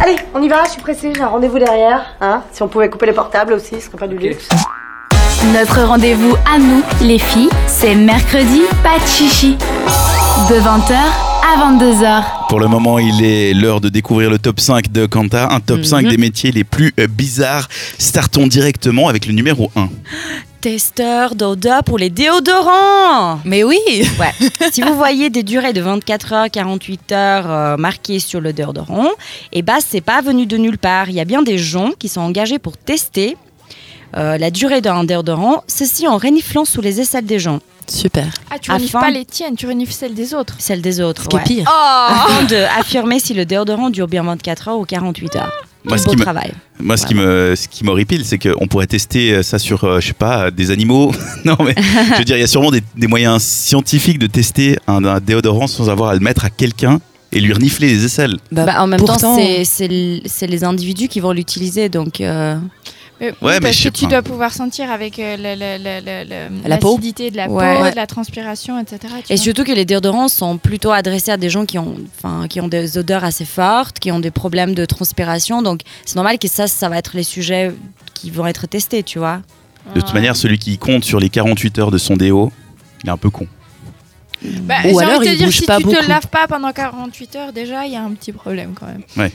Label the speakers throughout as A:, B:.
A: Allez, on y va, je suis pressée, j'ai un rendez-vous derrière. Hein si on pouvait couper les portables aussi, ce serait pas du luxe.
B: Notre rendez-vous à nous, les filles, c'est mercredi, pas de chichi. De 20h à 22h.
C: Pour le moment, il est l'heure de découvrir le top 5 de Quentin, un top
D: Mhm.
C: 5 des métiers les plus euh, bizarres. Startons directement avec le numéro 1.
D: Testeur d'odeur pour les déodorants
E: Mais oui
D: Ouais. si vous voyez des durées de 24 heures, 48 heures euh, marquées sur le déodorant, eh ben c'est pas venu de nulle part. Il y a bien des gens qui sont engagés pour tester euh, la durée d'un déodorant, ceci en reniflant sous les aisselles des gens,
E: Super.
F: Ah, tu
D: Afin-
F: renifles pas les tiennes, tu renifles celles des autres.
D: celles des autres.
E: Ce qui est
D: ouais.
E: pire.
F: Oh
D: Afin de affirmer si le déodorant dure bien 24 heures ou 48 heures.
C: Moi,
D: Quel
C: ce qui
D: beau
C: me-
D: travail.
C: Moi, ce qui me, ce qui m'horripile, c'est qu'on pourrait tester euh, ça sur, euh, je sais pas, euh, des animaux. non, mais je veux dire, il y a sûrement des, des moyens scientifiques de tester un, un déodorant sans avoir à le mettre à quelqu'un et lui renifler les aisselles.
E: Bah,
D: en même
E: pourtant-
D: temps, c'est- c'est l- c'est les individus qui vont l'utiliser, donc... euh,
F: Mais
C: Ouais,
F: oui,
C: mais
F: parce
C: je sais
F: que tu
C: pas.
F: dois pouvoir sentir avec euh, le- le- le- le- le-
E: La peau.
F: l'acidité de la
D: Ouais.
F: peau,
D: Ouais.
F: de la transpiration, etc. tu
D: Et
F: vois.
D: surtout que les déodorants sont plutôt adressés à des gens qui ont, enfin, qui ont des odeurs assez fortes, qui ont des problèmes de transpiration. Donc c'est normal que ça, ça va être les sujets qui vont être testés, tu vois.
C: De toute manière, celui qui compte sur les 48 heures de son déo, il est un peu con.
F: Bah,
E: Ou
F: j'ai
E: alors,
F: envie
E: il
F: de te dire,
E: bouge
F: si
E: pas
F: tu
E: beaucoup.
F: te laves pas pendant 48 heures, déjà, il y a un petit problème quand même.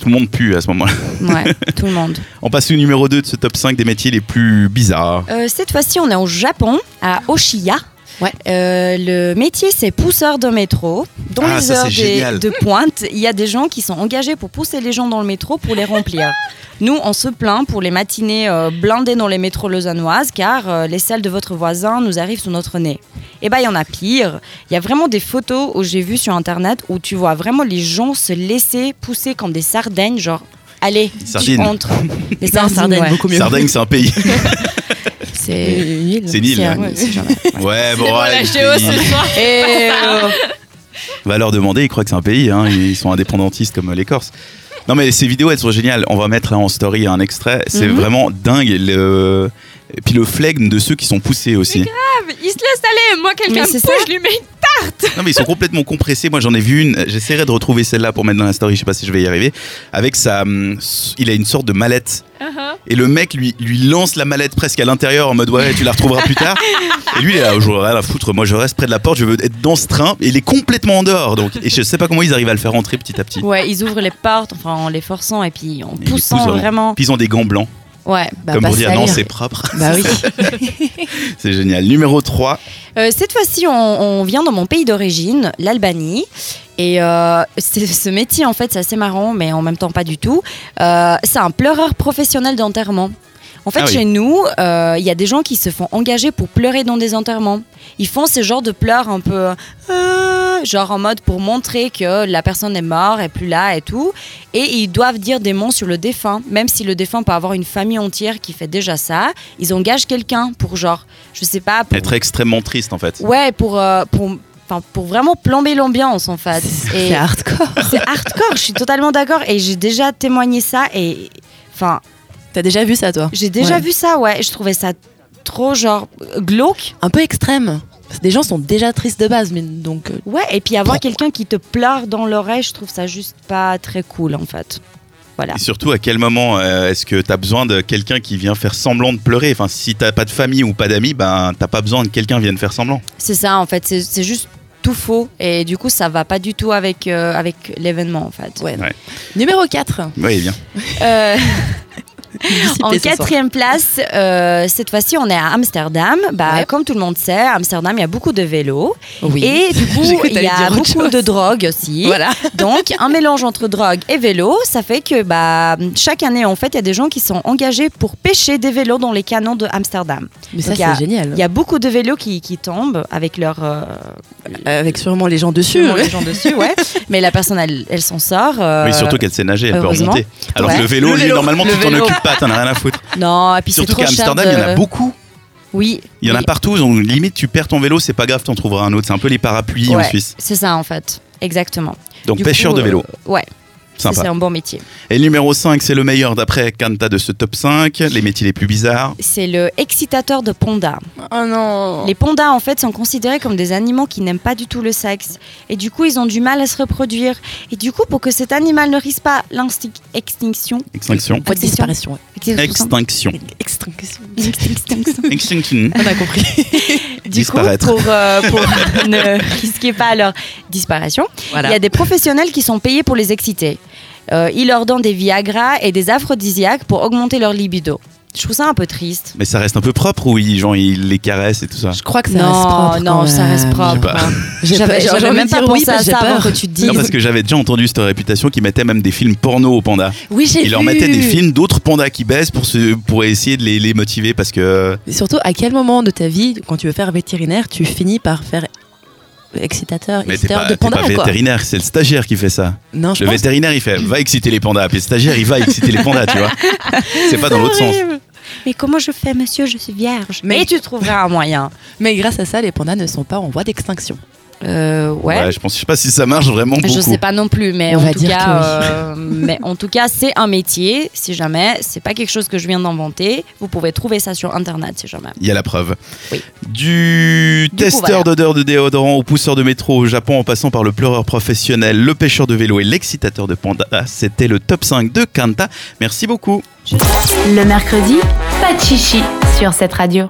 C: Tout le monde pue à ce moment-là.
D: Ouais, tout le monde.
C: On passe au numéro 2 de ce top 5 des métiers les plus bizarres.
D: Euh, cette fois-ci, on est au Japon, à Oshiya.
E: Ouais.
D: Euh, le métier, c'est pousseur de métro. Dans
C: Ah,
D: les
C: ça,
D: heures
C: c'est
D: des-
C: génial.
D: de pointe, il y a des gens qui sont engagés pour pousser les gens dans le métro pour les remplir. Nous, on se plaint pour les matinées euh, blindées dans les métros lausannoises car euh, les salles de votre voisin nous arrivent sous notre nez. Et ben, il y en a pire. Il y a vraiment des photos où j'ai vu sur internet où tu vois vraiment les gens se laisser pousser comme des sardines, genre. Allez,
C: Sardines.
D: tu entres. Des
E: Non,
D: sardines, ouais.
E: beaucoup mieux.
C: Sardaigne, c'est un pays.
D: C'est
E: une île.
C: C'est une île.
D: C'est-
C: hein.
D: ouais, c'est genre-
C: Ouais, bon, ouais, les pays.
F: soir.
D: Eh, oh.
C: va leur demander, ils croient que c'est un pays, hein, ils sont indépendantistes comme les Corses. Non mais ces vidéos elles sont géniales, on va mettre en story un extrait, c'est
D: Mhm.
C: vraiment dingue, le... et puis le flegme de ceux qui sont poussés aussi.
F: Il se laisse aller, moi,
D: Mais
F: quelqu'un
D: c'est
F: me
D: ça.
F: pousse, je lui mets
C: Non mais ils sont complètement compressés, moi j'en ai vu une, j'essaierai de retrouver celle-là pour mettre dans la story, je sais pas si je vais y arriver, avec sa... hum, il a une sorte de mallette, et le mec lui, lui lance la mallette presque à l'intérieur en mode ouais tu la retrouveras plus tard, et lui il est là, je rien à foutre, moi je reste près de la porte, je veux être dans ce train, et il est complètement en dehors, donc et je sais pas comment ils arrivent à le faire rentrer petit à petit.
D: Ouais, ils ouvrent les portes, enfin en les forçant et puis en
C: Et ils
D: poussant
C: poussent, hein.
D: vraiment.
C: Puis ils ont des gants blancs.
D: Ouais.
E: Bah,
C: Comme
E: pas
C: pour dire
E: salir.
C: non, c'est propre.
E: Bah oui.
C: C'est génial. Numéro 3,
D: Euh, cette fois-ci, on, on vient dans mon pays d'origine, l'Albanie. Et euh, c'est- ce métier, en fait, c'est assez marrant, mais en même temps pas du tout. Euh, c'est un pleureur professionnel d'enterrement. En fait,
C: Ah oui.
D: chez nous, euh, il y a des gens qui se font engager pour pleurer dans des enterrements. Ils font ce genre de pleurs un peu, euh, genre en mode pour montrer que la personne est morte, est plus là et tout. Et ils doivent dire des mots sur le défunt, même si le défunt peut avoir une famille entière qui fait déjà ça. Ils engagent quelqu'un pour genre, je sais pas, pour
C: être extrêmement triste en fait.
D: Ouais, pour, euh, pour, enfin, pour vraiment plomber l'ambiance en fait. Et
E: Ah, C'est hardcore.
D: c'est hardcore, je suis totalement d'accord. Et j'ai déjà témoigné ça et. Enfin,
E: T'as déjà vu ça, toi
D: j'ai déjà
E: Ouais.
D: vu ça, ouais. Je trouvais ça trop genre euh, glauque.
E: Un peu extrême. Parce que Des gens sont déjà tristes de base, mais donc. euh,
D: Ouais, et puis avoir quelqu'un qui te pleure dans l'oreille, je trouve ça juste pas très cool en fait. Voilà.
C: Et surtout, à quel moment euh, est-ce que t'as besoin de quelqu'un qui vient faire semblant de pleurer Enfin, si t'as pas de famille ou pas d'amis, ben t'as pas besoin que quelqu'un vienne faire semblant.
D: C'est ça en fait, c'est- c'est juste tout faux. Et du coup, ça va pas du tout avec, euh, avec l'événement en fait.
E: Ouais.
C: Ouais.
E: Numéro 4.
C: Oui, eh bien.
D: Euh, En quatrième place, euh, cette fois-ci, on est à Amsterdam. Bah,
E: Ouais.
D: Comme tout le monde sait, à Amsterdam, il y a beaucoup de vélos.
E: Oui.
D: Et du
E: J'ai
D: coup,
E: cru que
D: il y
E: t'allais
D: a
E: dire autre
D: beaucoup
E: chose.
D: de drogue aussi.
E: Voilà.
D: Donc, un mélange entre drogue et vélo, ça fait que bah, chaque année, en fait, il y a des gens qui sont engagés pour pêcher des vélos dans les canons de Amsterdam.
E: Mais ça,
D: Donc, il y a-
E: c'est génial.
D: Il y a beaucoup de vélos qui, qui tombent avec leur... euh,
E: Avec sûrement les gens dessus.
D: sûrement les gens dessus, ouais. Mais la personne, elle, elle s'en sort. euh,
C: Oui, surtout qu'elle sait nager, elle peut
D: heureusement.
C: remonter. Alors que
D: Ouais.
C: le vélo,
E: Le
C: lui,
E: vélo.
C: normalement,
E: Le
C: tu t'en
E: vélo.
C: occupes pas, t'en as rien à foutre.
D: Non, et puis c'est
C: surtout
D: trop
C: qu'à
D: cher
C: Amsterdam, il y en a
D: de-
C: beaucoup.
D: Oui.
C: Il y en a
D: oui.
C: partout, donc limite, tu perds ton vélo, c'est pas grave, t'en trouveras un autre. C'est un peu les parapluies en
D: Ouais.
C: Suisse.
D: C'est ça, en fait. Exactement.
C: Donc,
D: Du
C: pêcheur
D: coup,
C: de vélo.
D: euh, ouais.
C: Sympa.
D: C'est un bon métier.
C: Et numéro 5, c'est le meilleur d'après Kanta de ce top 5, les métiers les plus bizarres.
D: C'est le excitateur de panda.
E: Oh non.
D: Les pandas, en fait, sont considérés comme des animaux qui n'aiment pas du tout le sexe. Et du coup, ils ont du mal à se reproduire. Et du coup, pour que cet animal ne risque pas l'extinction,
C: Extinction.
E: Pas de disparition. ouais.
C: Extinction.
E: Extinction.
D: Extinction.
C: Extinction.
E: On a compris.
D: Du coup,
C: Disparaître.
D: pour, euh, pour ne risquer pas leur disparition,
E: Voilà.
D: il y a des professionnels qui sont payés pour les exciter. Euh, ils leur donnent des Viagra et des aphrodisiaques pour augmenter leur libido. Je trouve ça un peu triste.
C: Mais ça reste un peu propre ou ils, genre, ils les caressent et tout ça
E: Je crois que ça reste
D: non,
E: propre.
D: non,
E: quand
D: ça
E: même.
D: reste
C: Je sais
D: propre.
C: pas.
E: J'ai
D: J'avais
E: peur- j'ai
D: j'avais
E: envie
D: même
E: de
D: pas
E: dire oui,
D: pensé à
E: parce que
D: ça
E: j'ai
D: avant
E: peur.
D: que tu te dises.
C: Non, parce que j'avais déjà entendu cette réputation qui mettait même des films porno aux pandas.
E: Oui, j'ai
C: Ils leur
E: vu.
C: mettaient des films d'autres pandas qui baissent pour, se, pour essayer de les, les motiver parce que.
E: Mais surtout, à quel moment de ta vie, quand tu veux faire vétérinaire, tu finis par faire excitateur,
C: Mais t'es
E: exciteur
C: pas,
E: de
C: t'es pas
E: panda ou quoi
C: vétérinaire, c'est le stagiaire qui fait ça.
E: Non, je
C: Le
E: pense.
C: vétérinaire il fait va exciter les pandas, puis le stagiaire il va exciter les pandas, tu vois. C'est pas dans l'autre sens.
D: Mais comment je fais, monsieur Je suis vierge.
E: Mais-
D: Mais tu trouveras un moyen.
E: Mais grâce à ça, les pandas ne sont pas en voie d'extinction.
D: Euh, ouais.
C: Ouais, je pense, je sais pas si ça marche vraiment beaucoup.
D: Je sais pas non plus, mais,
E: On
D: en
E: va
D: tout,
E: dire que
D: cas,
E: oui.
D: euh, mais en tout cas, c'est un métier. Si jamais, c'est pas quelque chose que je viens d'inventer. Vous pouvez trouver ça sur internet, si jamais.
C: Il y a la preuve.
D: Oui.
C: Du,
D: Du coup,
C: testeur
D: voilà.
C: d'odeur de déodorant au pousseur de métro au Japon en passant par le pleureur professionnel, le pêcheur de vélo et l'excitateur de panda, c'était le top 5 de Kanta. Merci beaucoup.
B: Le mercredi, pas de chichi sur cette radio.